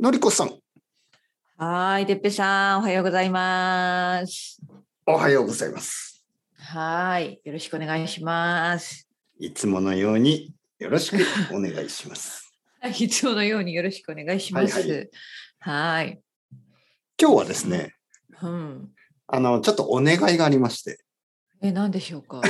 のりこさん、はい、てっぺさん、おはようございます。おはようございます。はい、よろしくお願いします。 いつものようによろしくお願いします。はいいつものようによろしくお願いします。はいははい、今日はですね、うん。あの、ちょっとお願いがありまして、 え、何でしょうか。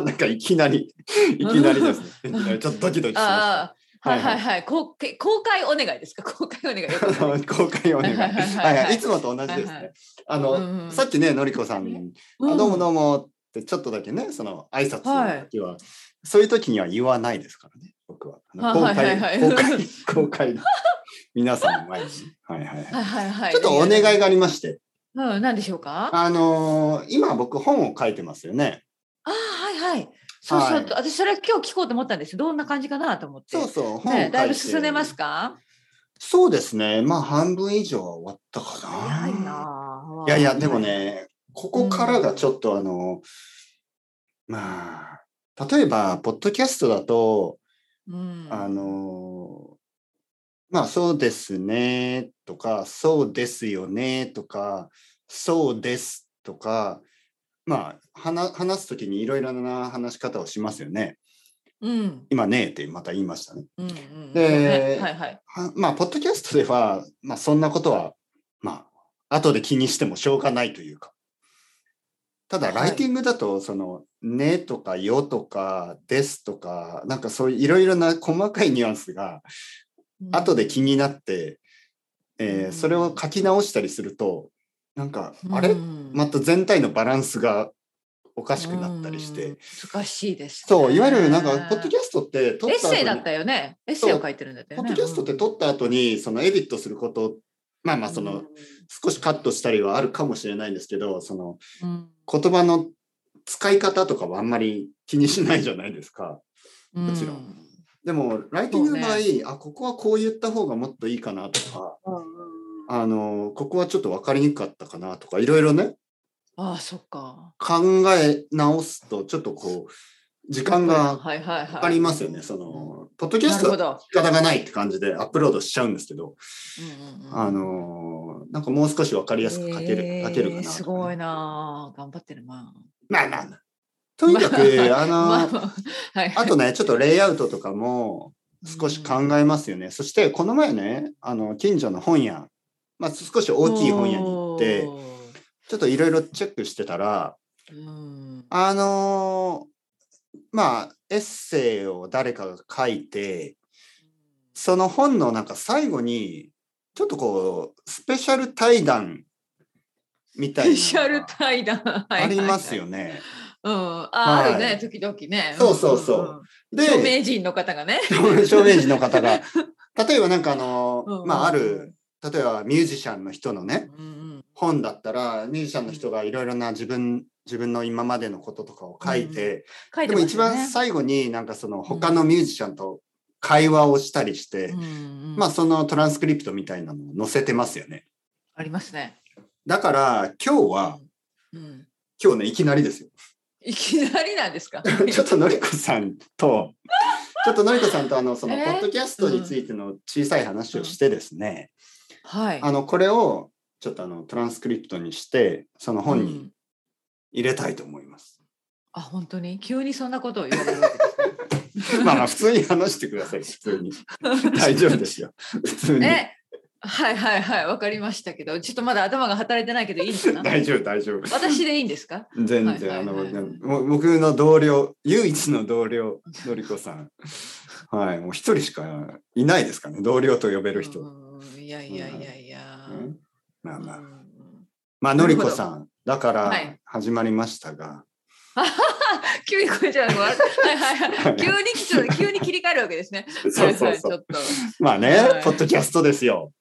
なんかいきなり、いきなりですね、いきなりちょっとドキドキしまああ、はいははいはいいはい、公開、公開お願いですか。公開お願い。した。あの 公開お願い。ははいいはいはいはい、いつもと同じですはいはね。あの、うんうんさっきね、のりこさんに、んあどうもどうもってちょっとだけね、その挨拶はいの時は、そういう時には言わないですからね、僕は。あの公はいは開、いはい公開、公開、皆さんの前 に。はいはいはい。はいはいはい。ちょっとお願いがありまして、うん、何でしょうか。ああのー今僕本を書いてますよね。あ、はいはい。そうそう、はい私それ今日聞こうと思ったんですよ。どんな感じかなと思って。そうそう、本を書いね、て。だいぶ進んでますか。そうですね。まあ半分以上は終わったかな。早いな。いやいや、でも。ね、ここからがちょっとあの、まあ、例えば、ポッドキャストだと、うん。あの、まあ、そうですねとか、そうですよねとか、そうですとか、まあ、話話すときにいろいろな話し方をしますよね。うん。今ねってまた言いましたね。うんうんではいはい。はまあ、ポッドキャストでは、まあ、そんなことは、まあ、後で気にしてもしょうがないというか。ただ、はラいイティングだと、その、ねとか、よとか、ですとか、なんかそういういろいろな細かいニュアンスが、後で気になって、えーうんそれを書き直したりすると、なんか、あれままた全体のバランスがおかかしくなったりして。。難しいですね。そう、いわゆるなんか、ポッドキャストって撮エッセイだっ後にたよね。エッセイを書いてるんだったよポね。ッドキャストって撮った後に、そのエディットすること、まあまあ、その、少しカットしたりはあるかもしれないんですけど、その、うん、言葉の使い方とかはあんまり気にしないじゃないですか。うんもちろん。でも、ライティングの場合、そうあ、ここはこう言った方がもっといいかなとか、うんあの、ここはちょっと分かりにくかったかなとか、いろいろね、ああ、そっか。考え直すと、ちょっとこう、時間がはいはいはい。かかりますよね。その、ポッドキャなスるトほはど。仕方がないって感じでアップロードしちゃうんですけど、うんうんうんあのーなんかもう少し分かりやすく書ける,、えー書けるかなとかね、すごいなあ。頑張ってるな。まあまあまあ。とにかく、あの まあーまあはい。あとね、ちょっとレイアウトとかも少し考えますよね。そして、この前ね、あの、近所の本屋、まあ少し大きい本屋に行って、ちょっといろいろチェックしてたら、うん。あのーまあ、エッセイを誰かが書いて、その本のなんか最後に、ちょっとこう、スペシャル対談みたいなスのが。ペシャル対談。はいあはいりますよ ね。うん、あ、はいあるね、時々ね。そうそうそうんんん。著で、名人の方がね。著名人の方が、例えばなんかあの、 うんまあある、。例えばミュージシャンの人のね、うん本だったら、ミュージシャンの人がいろいろな自分、自分の今までのこととかを書いて、書いでてもます一よね番最後になんかその他のミュージシャンと会話をしたりして、うんうんまあそのトランスクリプトみたいなのを載せてますよね。ありますね。だから今日は、うんうん今日ね、いきなり ですよ。いきなりなんですか。ちょっとのりこさんと、ちょっとのりこさんとあの、その、ポえッドキャストについての小さい話をしてですね、はい。あのこれをちょっとあのトランスクリプトにしてその本うにん入れたいと思います。 あ本当に急にそんなことを言われるわけですねまあまあ普通に話してください普通 に大丈夫ですよ普通にえ、はいはいはいわかりましたけど、ちょっとまだ頭が働いてないけどいいのかな。大丈夫大丈夫私でいいんですか。全然、はいはいはいあのも僕の同僚唯一の同僚のりこさ んはいもう一人しかいないですかね同僚と呼べる人、うんいやいやいやいや。ねまあまあうんうんまあのりこさんだかはらい始まりましたが、急にこれじゃあ、 はいはいはい。急にちょっと急に切り替えるわけですね。そうそうそうはいはいちょっと。まあね、はいポッドキャストですよ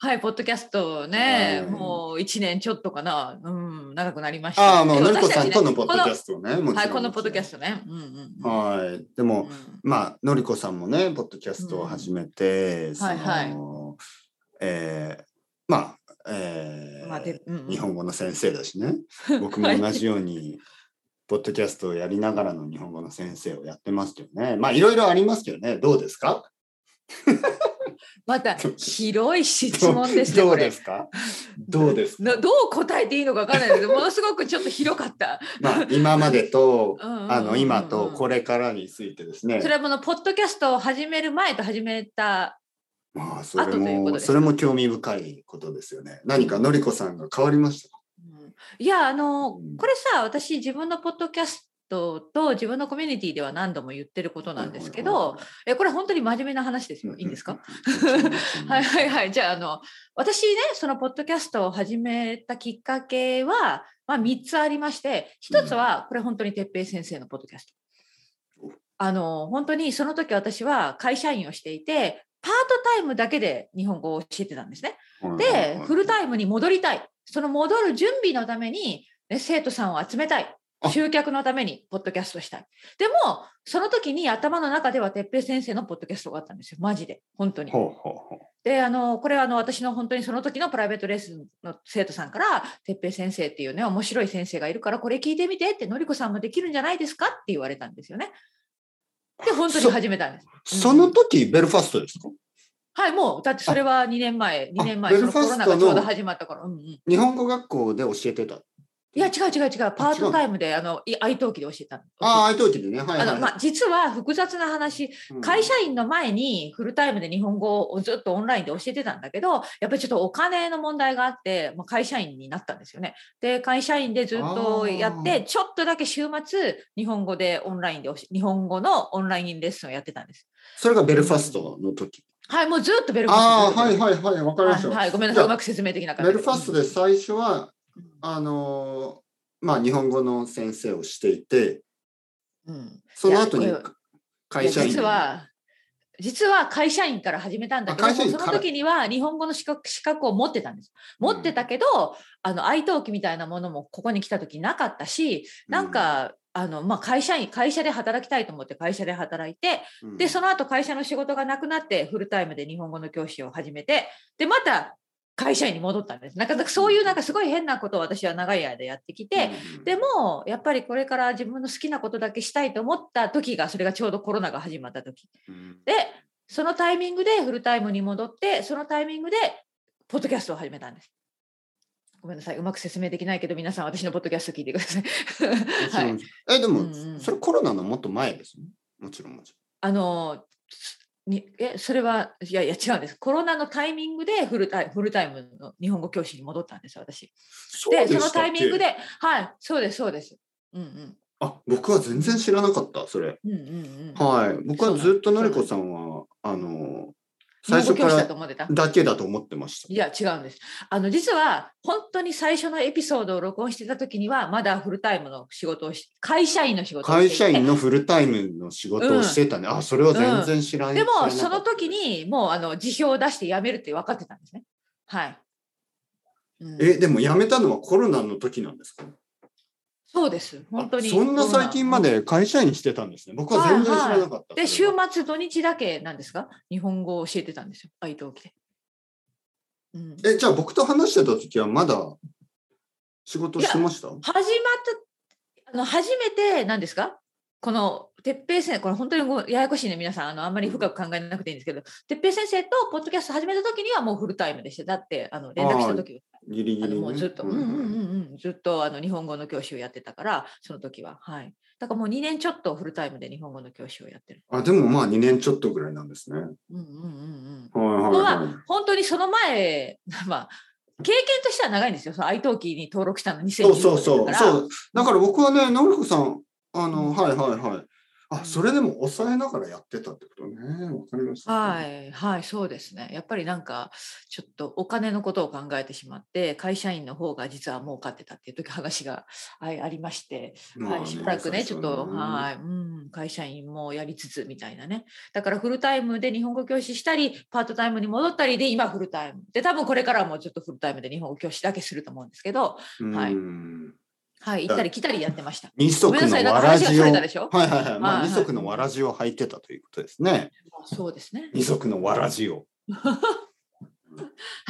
はい、ポッドキャストね、はいもう一年ちょっとかな、うん、長くなりました。ああもうのりこ私たさちんねとのポッドキャストねもちころんのはい、このポッドキャトストね。うんうんうん。はい。でも、うんまあ、のりこさんもね、ポッドキャストを始めて、そのはいはいえーまあ、えーまあでうんうん日本語の先生だし ね、僕も同じように、ポッドキャストをやりながらの日本語の先生をやってますけどね。まあ、いろいろありますけどね、どうですかまた広い質ど問ですね。どこうれです かどうですかなどう答えていいのかわかんないけど、ものすごくちょっと広かった。まあ今までと うんうんうんうんあの今とこれからについてですねそれはこのポッドキャストを始める前と始めた。まあそれ後ということもですそれも興味深いことですよね何かのりこさんが変わりましたかうんいや、あのうん、これさ、私自分のポッドキャストと自分のコミュニティでは何度も言ってることなんですけど、えこれ本当に真面目な話ですよ。いいんですかはいはいはい。じゃあ、あの、私ね、そのポッドキャストを始めたきっかけは、まあ、3つありまして、1つは、これ本当に哲平先生のポッドキャストお。あの、本当にその時私は会社員をしていて、パートタイムだけで日本語を教えてたんですね。で、フルイタイムに戻りたい。その戻る準備のために、ね、生徒さんを集めたいあ。集客のために、ポッドキャストしたい。でも、その時に頭の中では、哲平先生のポッドキャストがあったんですよ。マジで。本当に。ほうほうほうであのこれはあの私の本当にその時のプライベートレッスンの生徒さんから「哲平先生っていうね面白い先生がいるからこれ聞いてみて」って「のりこさんもできるんじゃないですか?」って言われたんですよね。で本当に始めたんです。その時ベルファストですかはいもうだってそれは2年前2年前ベそルのフコァスロトのナがちょうど始まった頃。うんうん、い日本語学校で教えてたや違う違う違うパートタイムであのい哀悼期で教えたの。ああああいう時でねはいはあいのまあ、実は複雑な話うん会社員の前にフルタイムで日本語をずっとオンラインで教えてたんだけどやっぱりちょっとお金の問題があって、まあ、会社員になったんですよね。で会社員でずっとやっあてちょっとだけ週末日本語でオンラインで教え日本語のオンラインレッスンをやってたんです。それがベルファストの時はいもうずっとベルファスあトあではすいはいはいわかりましたはいはいごめんなじさゃあいうまく説明できなかったベけど。ルファストで最初はうんあのーまあ日本語の先生をしていてうんその後いにやこれ会社員実は実は会社員から始めたんだけどあ会社員そのから時には日本語の資格資格を持ってたんです持ってたけど、あの愛登記みたいなものもここに来た時なかったしなんか、あのまあ、会社員会社で働きたいと思って会社で働いてでそのの後会社の仕事がなくなってフルタイムで日本語の教師を始めてでまた会社員に戻ったんですなんかなんかそういうなんかすごい変なことを私は長い間やってきて、でもやっぱりこれから自分の好きなことだけしたいと思った時がそれがちょうどコロナが始まった時でそのタイミングでフルタイムに戻ってそのタイミングでポッドキャストを始めたんです。ごめんなさいうまく説明できないけど皆さん私のポッドキャスト聞いてください。はい、えでも、うんうんそれコロナのもっと前ですねもちろんもちあのにえそれはいやいや違うんですコロナのタイミングでフルタイフルタイムの日本語教師に戻ったんです私。ろんでそのタイミングそうしたっではいそうですそうです。うんうんけあ僕は全然知らなかったそれうんうんうん。はい僕はずっとそうなのんりこさんはあの日本最語初教か師だらと思ってた。だけだと思ってましたいや違うんです。あの実は本当に最初のエピソードを録音してた時にはまだフルタイムの仕事をし会社員の仕事をして会いて社員のフルタイムの仕事をしてたね、あそれは全然知らない、で知らもなかったその時にもうあの辞表を出して辞めるって分かってたんですね。はい。うんえでも辞めたのはコロナの時なんですかそうです。本当にあそんな最近まうんで会社員してたんですね僕は全然知らなかった、そでれ週は末土日だけなんですか日本語を教えてたんですよ。愛登記で。うん、えじゃあ僕と話してた時はまだ仕事してました始まった、あの、初めて、何ですかこの、哲平先生、これ本当にごややこしいね、皆さん、あの、あんまり深く考えなくていいんですけど、哲平先生とポッドキャスト始めた時にはもうフルタイムでして、だって、あの、連絡した時ギリギあリ、のね、もうずっと、うんうんうんうん、ずっと、あの、日本語の教師をやってたから、その時は、はい。だからもう2年ちょっとフルタイムで日本語の教師をやってる。あでもまあ2年ちょっとぐらいなんですね。はいうんうんうんうん。はいは本当にその前、 まあ、経験としては長いんですよ。その愛登記に登録したの2020い。年そうそうそう。だからそうだから僕はね、のりこさん、あの、うんはいはいはい。うあんそれでも抑えながらやってたってことね。わかりました。はい、はい、そうですね。やっぱりなんか、ちょっとお金のことを考えてしまって、会社員の方が実は儲かってたっていう時 話が、はい、ありまして、まあ。はい、しばらくね、ちょっと、はいい、うん、会社員もやりつつみたいなね。だからフルタイムで日本語教師したり、パートタイムに戻ったりで、今フルタイム。で、多分これからもちょっとフルタイムで日本語教師だけすると思うんですけど、はいうんはい、行ったり来たりやってました。二足ごめんなさいのわなんから話がじを。そはれいたでしょはいはい。まあはいはい二足のわらじを履いてたということですね。そうですね。二足のわらじを。は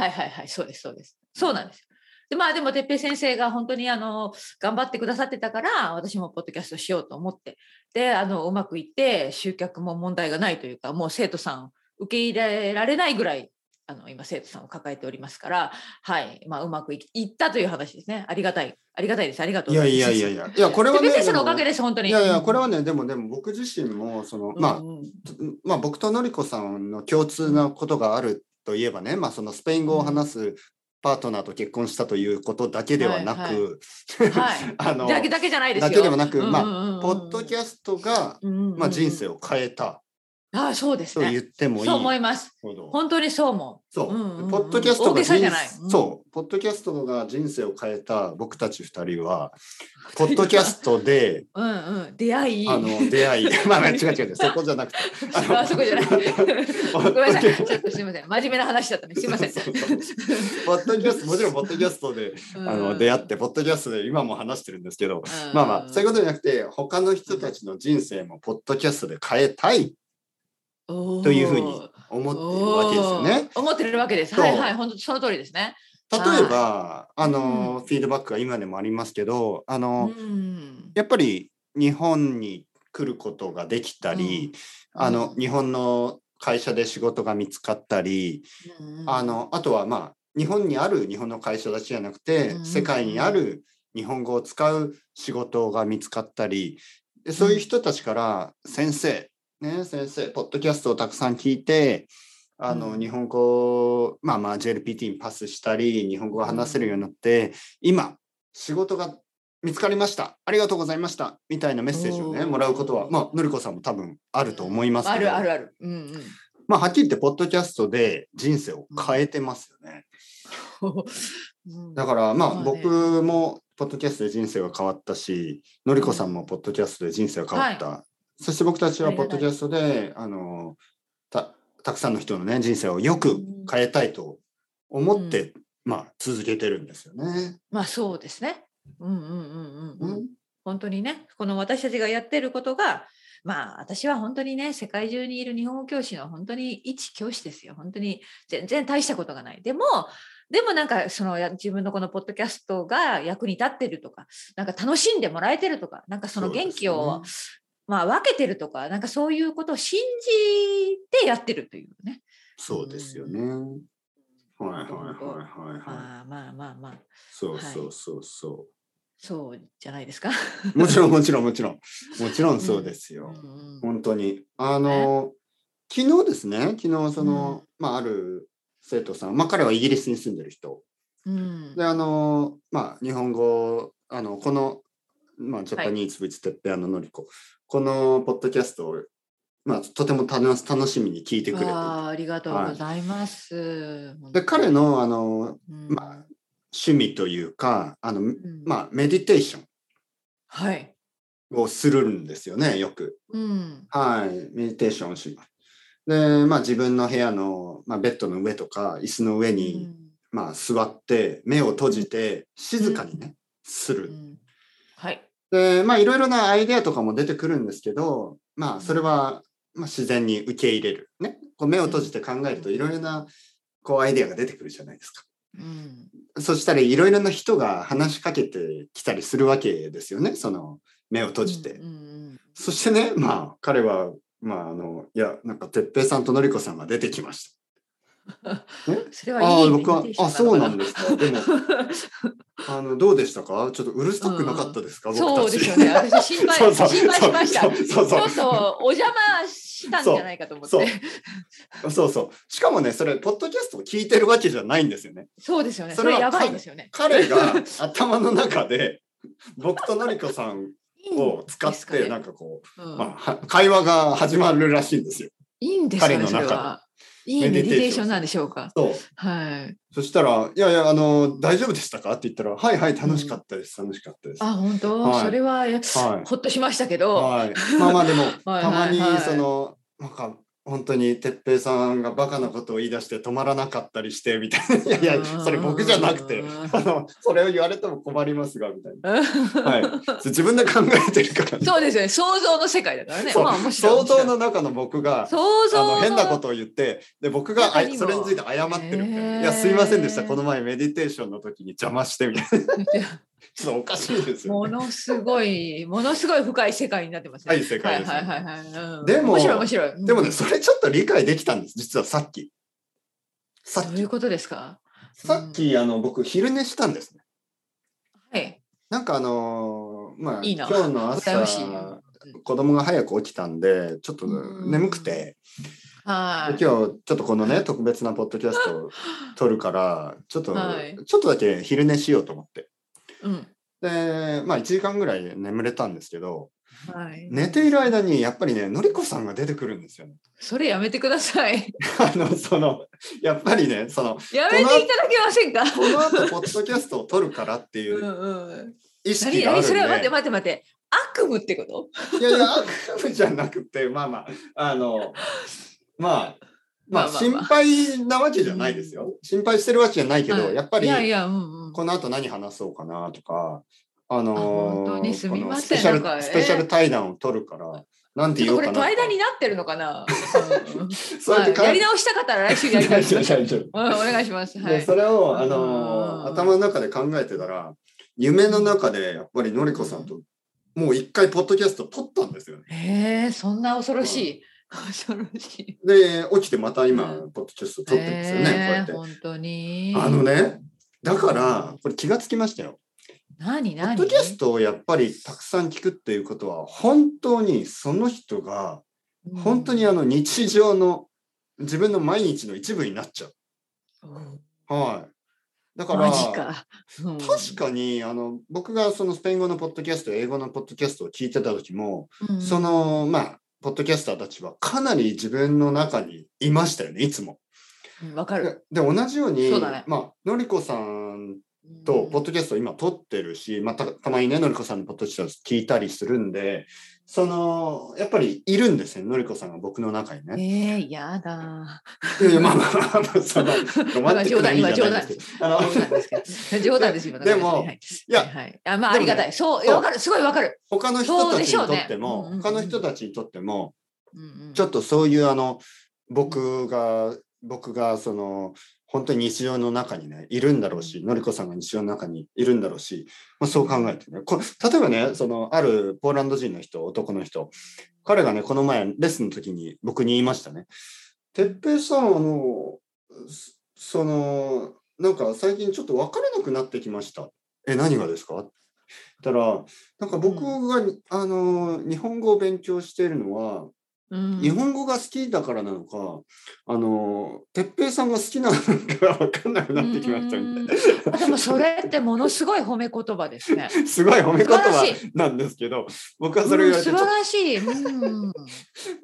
いはいはい、そうです、そうです。そうなんですよ。で、まあでも、哲平先生が本当にあの、頑張ってくださってたから、私もポッドキャストしようと思って、で、あの、うまくいって、集客も問題がないというか、もう生徒さん受け入れられないぐらいあの今生徒さんを抱えておりますから、はいまあ、うまくいいったという話ですねありがたいありがたいですありがとういごやざいますいやいやいや、いや、これはね、先生のおかげです本当でもにいやいや、これはね、でも、でも、僕自身も、その、まあう、んうんまあ、僕とのりこさんの共通なことがあるといえばね、まあ、そのスペイン語を話すパートナーと結婚したということだけではなく、はいはい、 あのだけだけじゃないですよだけではなくまああポッドキャストが、まあ、人生を変えたああそうですとね言ってもいいそう思いますほど本当にそう思そう、うんうんうんポッドキャストが大げさじゃない人うんそうポッドキャストが人生を変えた僕たち二人はうポッドキャストでうんうん出会 いあの出 会いまあまあ違う違う違うそこじゃなくてあのあそ こじゃないごめんなさいちょっとすみません真面目な話だったねすみませんそうそうポッドキャストもちろんポッドキャストであの出会って、ポッドキャストで今も話してるんですけど、まあまあ、そういうことじゃなくて、他の人たちの人生もポッドキャストで変えたいとというふうに思っているわけですよね。思ってるわけです。そうはいはい、本当その通りですね。例おーえば、あの、フィードバックが今でもありますけど、あうの、ん。やっぱり日本に来ることができたり、あの、日本の会社で仕事が見つかったり、うん、あの、あとはまあ、日本にある日本の会社だけじゃなくて、うん世界にある日本語を使う仕事が見つかったり、でそういう人たちから、先生、ね、先生、ポッドキャストをたくさん聞いて、あの、うん日本語を、まあまあ、JLPT にパスしたり、日本語を話せるようになって、今、仕事が見つかりました。ありがとうございました。みたいなメッセージをね、おーもらうことは、まあ、のりこさんも多分あると思いますけど、あるあるある。うんうん。 まあ、はっきり言って、ポッドキャストで人生を変えてますよね。うんだからまあまあね僕もポッドキャストで人生が変わったし、のりこさんもポッドキャストで人生が変わった。そして僕たちはポッドキャストで、あのたたくさんの人のね人生をよく変えたいと思って、まあ続けてるんですよね。まあそうですね。うんうんうんうんううんん。本当にね、この私たちがやってることが、まあ私は本当にね、世界中にいる日本語教師の本当に一教師ですよ。本当に全然大したことがない。でも、でもなんかそのや自分のこのポッドキャストが役に立ってるとか、なんか楽しんでもらえてるとか、なんかその元気を、まあ分けてるとか、なんかそういうことを信じてやってるというね。そうですよね。はいはいはいはいはい。まあまあまあまあ、そうそうそうそそうじゃないですか。う。もちろんもちろんもちろんもちろんそうですよ。うんうん本当にあの昨日ですね昨日その、まあある生徒さんまあ彼はイギリスに住んでる人うんであのまあ日本語あのこのまあジャパニーズ・ウィズ・テッペアののりここのポッドキャストをまあとても楽し楽しみに聞いてくれていてあーありがとうございます。で彼のあのうん、まあ趣味というかあのうんまあメディテーションはい、をするんですよねよく。うん、はい、メディテーションをします。で、まあ自分の部屋の、まあ、ベッドの上とか椅子の上に、まあ座って目を閉じて静かにね、すうんうる。んはい、で、まあいろいろなアイデアとかも出てくるんですけど、まあそれは、まあ、自然に受け入れる。ね、こう目を閉じて考えるといろいろなこうアイデアが出てくるじゃないですか。うん、そしたらいろいろな人が話しかけてきたりするわけですよね、その目を閉じて。うんうんそしてね、まあ、彼は、まあ、あの、いや、なんか、哲平さんとのりこさんが出てきましうん、それた。はいいああ、僕はメディテー、ションあ、そうなんだですか。でも、あの、どうでしたかちょっとうるさくなかったですか、 そ僕うたでち。すよね。私心そう配そう心配しました。そうちそうそょうっとお邪魔したんじゃないかと思って。そそう そううそう。しかもね、それ、ポッドキャストを聞いてるわけじゃないんですよね。ですよね。そそれれはやばいですよね。彼が頭の中で、僕とのりこさんいいんを使っですかて、ねなんかこう、うんまあは、会話が始まるらしいんですよ。いいんですか彼ね。のそれ中ではいメいデメィデテーションィテーションなんでしょうか。そう。はい。そしたら、いやいや、あの、大丈夫でしたかって言ったら、はいはい、楽しかったです、楽しかったです。あ、本当、はいそれは、いやはいほっとしましたけど。はい、まあまあでも はいたまにはいはいそのなんか本当に哲平さんがバカなことを言い出して止まらなかったりしてみたいな「いやいやそれ僕じゃなくてうんあのそれを言われても困ります が」みたいな。は、はい自分で考えてるから、そうですよね。想像の世界だからね。そうまあ面白い。想像の中の僕が想像あのの変なことを言ってで僕があ中にもそれについて謝ってるみたいな「へー いやすいませんでしたこの前メディテーションの時に邪魔して」みたいないやちょっとおかしいですよ もね。のすごい、ものすごい深い世界になってますね。はい世界ですはいはいはいはいうんでも面白い面白い。でもうね、んそれちょっと理解できたんです、実はさっき。さどっうき、いうことですかさっき、あの、僕、昼寝したんですね。はい。なんかあのーまあ、いいな。今日の羨ましい朝、子供が早く起きたんで、ちょっとうん眠くて、は今日いち。ょっとこのね、特別なポッドキャストを撮るから、ちょっと、はいちょっとだけ昼寝しようと思って。うん。で、まあ、1時間ぐらい眠れたんですけど、はい。寝ている間に、やっぱりね、のりこさんが出てくるんですよね。 それやめてください。あの、その、やっぱりね、その、やめていただけませんか。この後、ポッドキャストを撮るからっていううんうん。意識何があるん 何で。それは待って待って待って。悪夢ってこと？いやいや、悪夢じゃなくて、まあまあ、あの、まあ、まあ、まあまあまあ心配なわけじゃないですよ。心配してるわけじゃないけど、はいやっぱいやいり、やうんうん。この後何話そうかなとか、ああ本の当にすみこまのせんスペシャなル、んかスペシャル対談を取るから、なんてちょっ言とおうこかれなと間になってるのかな。うんうん そうやってまあ考やえり直したかったら来週やり 直しましょう。大丈夫大丈夫うんお願いします。はでい。それを、あうのんー頭の中で考えてたら夢の中でやっぱりのりこさんともう一回ポッドキャスト撮ったんですよね。ええそんな恐ろしい。恐ろしい。で起きてまた今、うポッドキャスト撮ってますよね、えこえうやっ本当に。て。あのねだからこれ気がつきましたよ。何ポッ何。ドキャストをやっぱりたくさん聞くっていうことは本当にその人がうん本当にあの日常の自分の毎日の一部になっちゃう。うんはい。だからマジか。うん確かにあの僕がそのスペイン語のポッドキャスト英語のポッドキャストを聞いてた時も、うんそのまあポッドキャスターたちはかなり自分の中にいましたよねいつも。うんわかでる。で同じようにそうだねまあ、のりこさんとポッドキャストを今撮ってるし、まあ、たたまにねのりこさんのポッドキャスト聞いたりするんでそのやっぱりいるんですよねのりこさんが僕の中にね。ええやだ。いやいやまあまあまあまあそ のロマンティックな意味じゃないですけど。あの冗談ですけど。冗談です今のでもはいはいいやはいはい、あまああでもりねがたい。そうそういやわかるすごいわかる。他の人たちにとっそうでしてょうねうんも、うんうん他の人たちにとっても、うんうんちょっとそういうあの僕が僕がその本当に日常の中にねいるんだろうしのりこさんが日常の中にいるんだろうし、まあ、そう考えてねこ例えばねそのあるポーランド人の人男の人彼がねこの前レッスンの時に僕に言いましたね「哲平さんあのそそのなんか最近ちょっと分からなくなってきました」え何がですか?」って言ったらなんか僕が、あの日本語を勉強しているのはうん日本語が好きだからなのか、あの、哲平さんが好きなのか分かんなくなってきましたみたいうんあでもそれってものすごい褒め言葉ですね。な。すごい褒め言素晴らし葉い。なんですけど、僕はう んそれ言われて素ちょっ晴と、らしい。うん、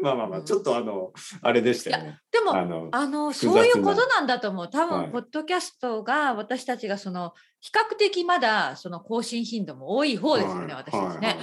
まあまあまあ、ちょっとあの、あれでしたよね。でもあの、あの複雑そういうなことなんだと思う。多分、はいポッドキャストが私たちがその比較的まだその更新頻度も多い方ですよね、はい私たちね。はいはい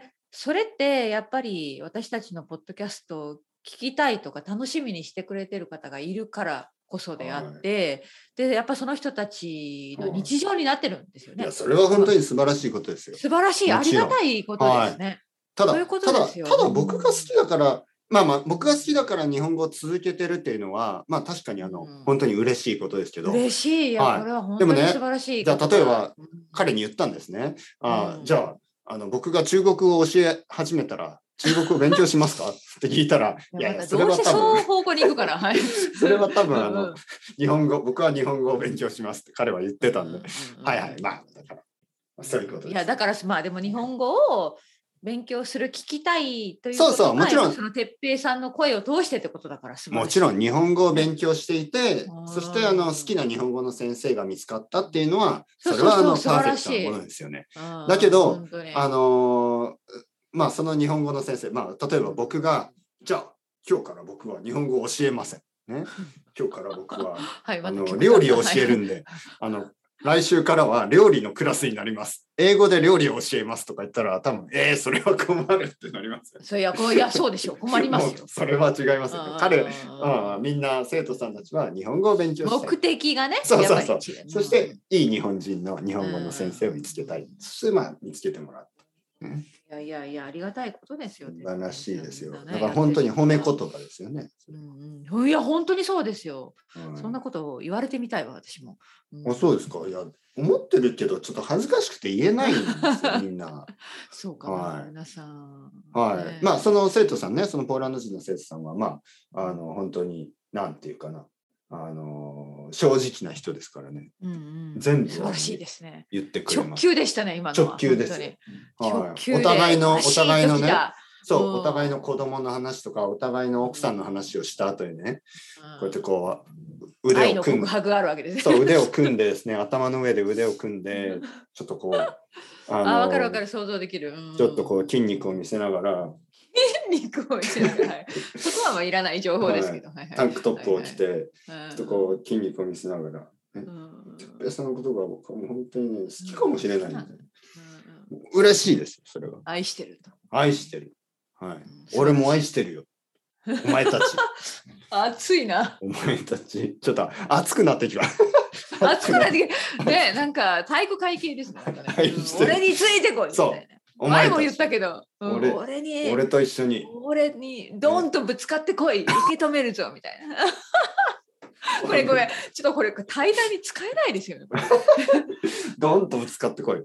でそれってやっぱり私たちのポッドキャストを聞きたいとか楽しみにしてくれてる方がいるからこそであって、でやっぱその人たちの日常になってるんですよいね。や、それは本当に素晴らしいことですよ。素晴らしいあもりちろんがたいことですね。ただ、そういうこたとだ、ですよただ僕が好きだから、まあまあ、僕が好きだから日本語を続けてるっていうのは、まあ確かにあの、うん本当に嬉しいことですけど、嬉しいいや、はいこれは本当にでもね素晴らしいじゃあことだ例えばうん彼に言ったんですね。あーうんじゃああの、僕が中国語を教え始めたら、中国語を勉強します かって聞いたら、いいややいまや、たそれどうはして多そう分、方向に行くから、はい、 それは多分、あうんうのん、日本語、僕は日本語を勉強しますって彼は言ってたんで、うんうんはいはい、まあ、だから、そういうこといでやす。だからまあでも日本語を勉強する聞きたいというこそうとそうもちろんその哲平さんの声を通してってことだから素晴らもしちいろん日本語を勉強していてうん、そしてあの好きな日本語の先生が見つかったっていうのは、そうそそうれはあのそうパー素晴フらしいェクトなものですよね。うんだけど本当にあのーまあその日本語の先生、まあ例えば僕が、じゃあ今日から僕は日本語を教えません。 ね、今日から僕ははいあまた聞きのたい料理を教えるんで、あの来週からは料理のクラスになります。英語で料理を教えますとか言ったら多分えー、それは困るってなりますよ。そういやこういやそうでしょう困ります もようそれは違いますようんうんうねん。彼、あみんな生徒さんたちは日本語を勉強した目い。的がねそうそうやそっうぱり違。そしていい日本人の日本語の先生を見つけたい。そしてまあ見つけてもらう。うんいいやいやいや、ありがたいことですよ。素晴らしいですよ。そんなだねから本当に褒め言。やってる葉ですよね。人はうんうん、いや、本当にそうですよ。うんそんなことを言われてみたいわ、私も。うんあそうですか。いや、思ってるけど、ちょっと恥ずかしくて言えないんですよ、みん な。そうかはな、い皆さん。はねい。まあ、その生徒さんね、そのポーランド人の生徒さんは、まあ、あの、本当に、なんていうかな、あの、正直な人ですからね、うんうん全部素晴らしいですね。言ってくれ直ます。球でしたね、今のは。直球ですよ。本当に。直はい、球おで互いの、おバシッと互いの来ね、たそうう、んお互いの子供の話とか、お互いの奥さんの話をした後にね、うんこうやってこう、腕愛をの組告む。白があるわけですね。そう、腕を組んでですね、頭の上で腕を組んで、ちょっとこう、ああ、わかるわかる、想像できる。うんちょっとこう筋肉を見せながら、筋肉を見せるから はいそこはまあいらない情報ですけど。はいはいタンクトップを着て、はいはいちょっとこう筋肉を見せながら、うんうんうん哲 平さんのことが僕はもう本当にね、好きかもしれないんで、うんもう嬉しいですよ、それは。愛してると。愛してる。はい。うん俺も愛してるよ。お前 たち、熱いな。お前たち、ちょっと熱くなってきま 熱くなってきねなんか体育会系ですね。なんかね愛うんしてる俺についてこいみたいな。お前前も言ったたけど、うん俺ち、俺に俺と一緒に。俺にドンとぶつかってこい受け止めるぞみたいな。 これごめん。ちょっとこれ対談に使えないですよね。これドンとぶつかってこい。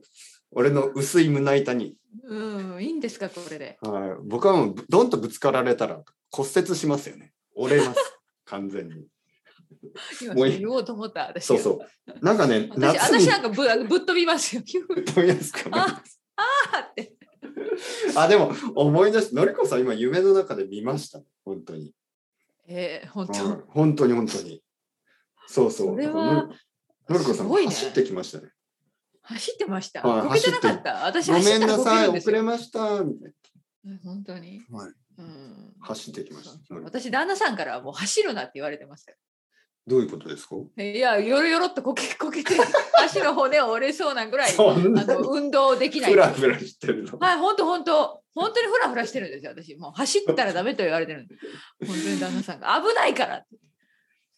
俺の薄い胸板に。うんいいんですかこれで。はい。僕はもうぶ、ドンとぶつかられたら骨折しますよね。折れ ます。完全に。今もういい言おうと思った私。そうそう。なんかね、私夏に私なんかぶぶっ飛びますよ。 ヒューどうですかねああーって。あ、でも思い出して、のりこさん今夢の中で見ました。本当に。えー、本うん当。本当に本当に。そうそう。それはののりこさすんごいね走ってきましたね。走ってました。はいこけてなかった。私ご走めっんたらなこけさるい、んです遅れよ。ました。みたいなうん本当に。はいうん。走ってきました。のりこ私旦那さんからはもう走るなって言われてますかどういうことですか。らいやよろよろっとこけ こけて足の骨を折れそうなぐらいそんなあの運動できないふらふらしてるの。はい本当本当本当にフラフラしてるんですよ私もう走ったらダメと言われてるんで本当に旦那さんが危ないからって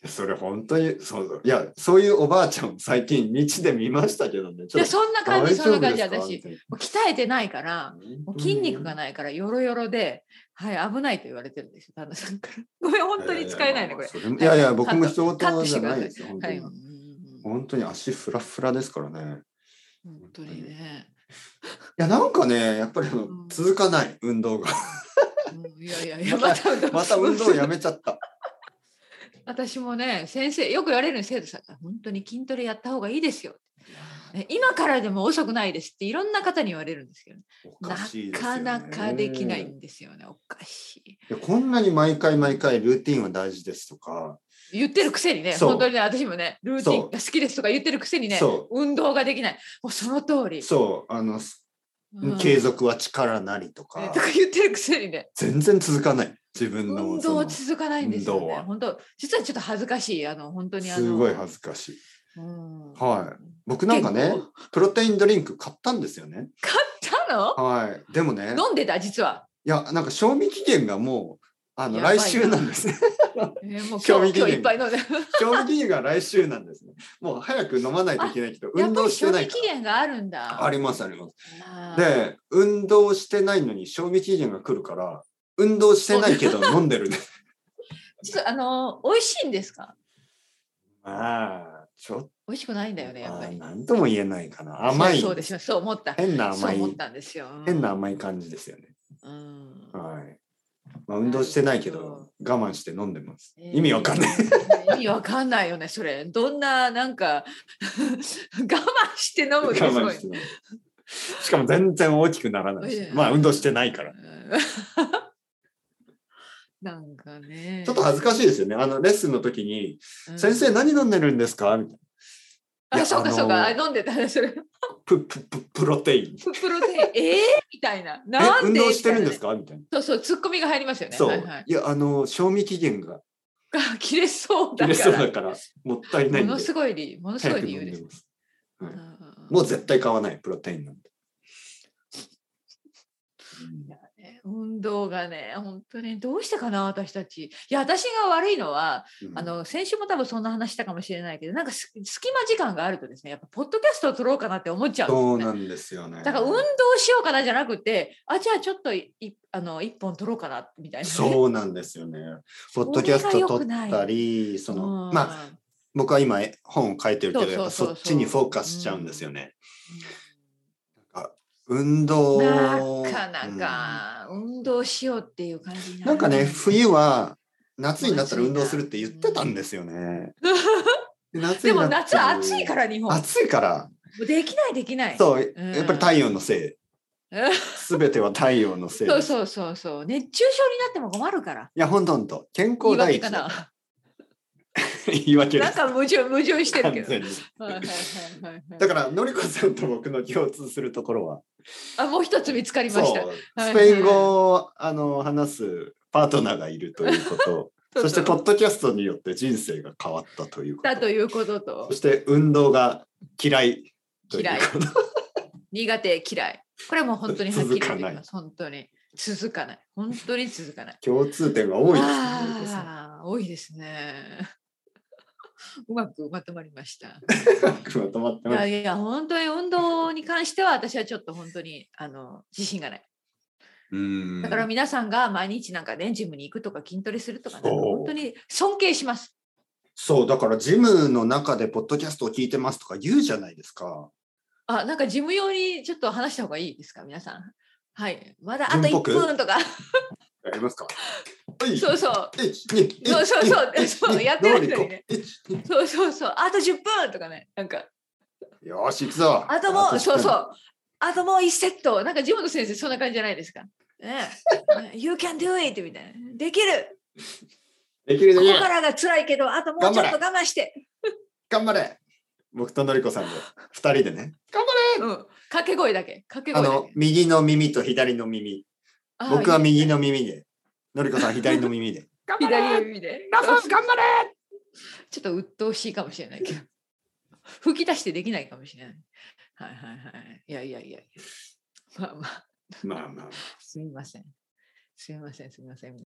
それ本当に、そうそう。いや、そういうおばあちゃんを最近道で見ましたけどね。ちいょやっとそんな大感じそ丈んな夫感じですか私もう鍛えてないからもう筋肉が。ないからよろよろで、はい、危ないと言われてるんですよ、旦那さんから。ごめん、本当に使えないね、これ。れ。いやいや、僕も人カット事じゃないですよ。本当はにい、うんうんうん本当に足フラフラですからね。本当にね。いや、なんかね、やっぱりあうのん続かない運動 が。うんいやいやいや、また運動 また運動やめちゃった。私もね、先生、よく言われる生徒さんが、本当に筋トレやった方がいいですよ。ね今からでも遅くないですっていろんな方に言われるんですけど、おかしいなですよかねなかできないいんですよね、おかしい。やこんなに毎回毎回ルーティンは大事ですとか、言ってるくせにね、そう本当にね、私もね、ルーティンが好きですとか言ってるくせにねそ、運動ができない。もうその通り。そう、あの、うん継続は力なりとね かと、か言ってるくせにね、全然続かない。自分の運そ動のは続かないんですよ運動ねは。本当、実はちょっと恥ずかしい、あの、本当にあの。すごい恥ずかしい。うんはい僕なんかね結構、プロテインドリンク買ったんですよね。買ったのはい。でもね、飲んでた、実は。いや、なんか賞味期限がもう、あの、やばい来な週なんですね。 えーもう賞今味日期限今日いっぱい飲 んで。賞味期限が来週なんですね。もう早く飲まないといけないけど、やっ運ぱ動りして賞な味いか期限があるんら。あだ。りますあります。あー、で、運動してないのに賞味期限が来るから、運動してないけど飲んで るね。ちょっとあの、美味しいんですかまあ、ちょっと、美味しくないんだよね、やっぱり。なんとも言えないかな。甘い。そうそうですよ、そう思った。変なそう甘い思、ったんですよ。うん変な甘い感じですよね。うんはい。まあ、運動してないけど、我慢して飲んでます。えー意味わかんない。 意味わかんないよね、それ。どんな、なんか、 我慢して飲む我ってすごい慢して飲む。しかも全然大きくならないしええまあ、運動してないから。 なんかね。ちょっと恥ずかしいですよね。あの、レッスンの時に、うん先生何飲んでるんですかみたいな。いあ、やそうかあのそうか。あ飲んでたね、それ。ププ、プ、プ、プロテイン。プロテイン、えーみたいな。えなんで運動してるんでみすかみたいな。たいなねそうそう、ツッコミが入りますよね。そう、はいいはい、やあの賞味期限がが切れそうだ切かれそうら。だからもったいないんでものすごい理、ものす早ごいく理飲ん由で。ですます。うんはいうんうんもう絶対買わないプロテインなんて。いやね運動がね本当にどうしてかな私たちいや私が悪いのはうんあの先週も多分そんな話したかもしれないけどなんかす隙間時間があるとですねやっぱポッドキャストを撮ろうかなって思っちゃうそんですようねなんですよね。だから運動しようかなじゃなくてあじゃあちょっといいあの一本取ろうかなみたいなね、そうなんですよね。ポッドキャス それがト撮良くっないたり、その、まあ、あ、僕は今絵本を書いてるけど、やっぱそうそそうそうっそうちにフォーカスしちゃうんですよね。運動。なかなか運動しようっていう感じにう。なんらないんかね、冬は夏になったら運動するって言ってたんですよね。夏でになもっ夏たは暑いから日本暑いから。できないできないそう、うんやっぱり太陽のせいうん。すべては太陽のせい。そういそうそうそう熱中症になっても困るからや、ほんとほんと。健康言第い訳一かだ。な言い訳で なんす。か矛盾矛盾してる完けど全にはいはいはいはいはいだから、のりこさんと僕の共通するところは、あもう一つ見つかりまそしたう、はいスペイン語をあの話すパートナーがいるという こと、そしてポッドキャストによって人生が変わったというこだとと、いうこととそして運動が嫌いという嫌いこと。苦手嫌いこれはもう本当にはっきり言って続かきな まいす本当に続かない本当に続かない 共通点が多いですねのりこさん。あー多いですね。 うまくまとまりました。うま くまとまっていまやす。いや、本当に運動に関しては私はちょっと本当にあの自信がない。うんだから皆さんが毎日なんかね、ジムに行くとか筋トレするとか、そう本当に尊敬します。そうだからジムの中でポッドキャストを聞いてますとか言うじゃないですか。あ、なんかジム用にちょっと話した方がいいですか、皆さん。はい。まだあとジム1っぽく分 とか。やりますか。はい。そうそう。一二そうそうそう一そう一やってるのにねのりこ一二そうそうそう。あと10分とかね。なんか。 よーし行くぞ。。あともう、そうそうう。あともう1セット。なんかジムの先生、そんな感じじゃないです か。ねえ you can do it! みたいな。できるできるでこきこる。からが辛いけど、あともうちょっと頑張我慢して。頑張れ僕とのりこさんで二人でね頑張れうん。掛け声だけ。掛けあ声だのけ。右の耳と左の耳あー僕はいい右の耳でのりこさん左の耳で 頑張左れの耳で。ラフ頑張れちょっと鬱陶しいかもしれないけど。吹き出してできないかもしれない。はいはいはい。いやいやいやいや。まあまあ、まあまあすみません。すみません、すみません。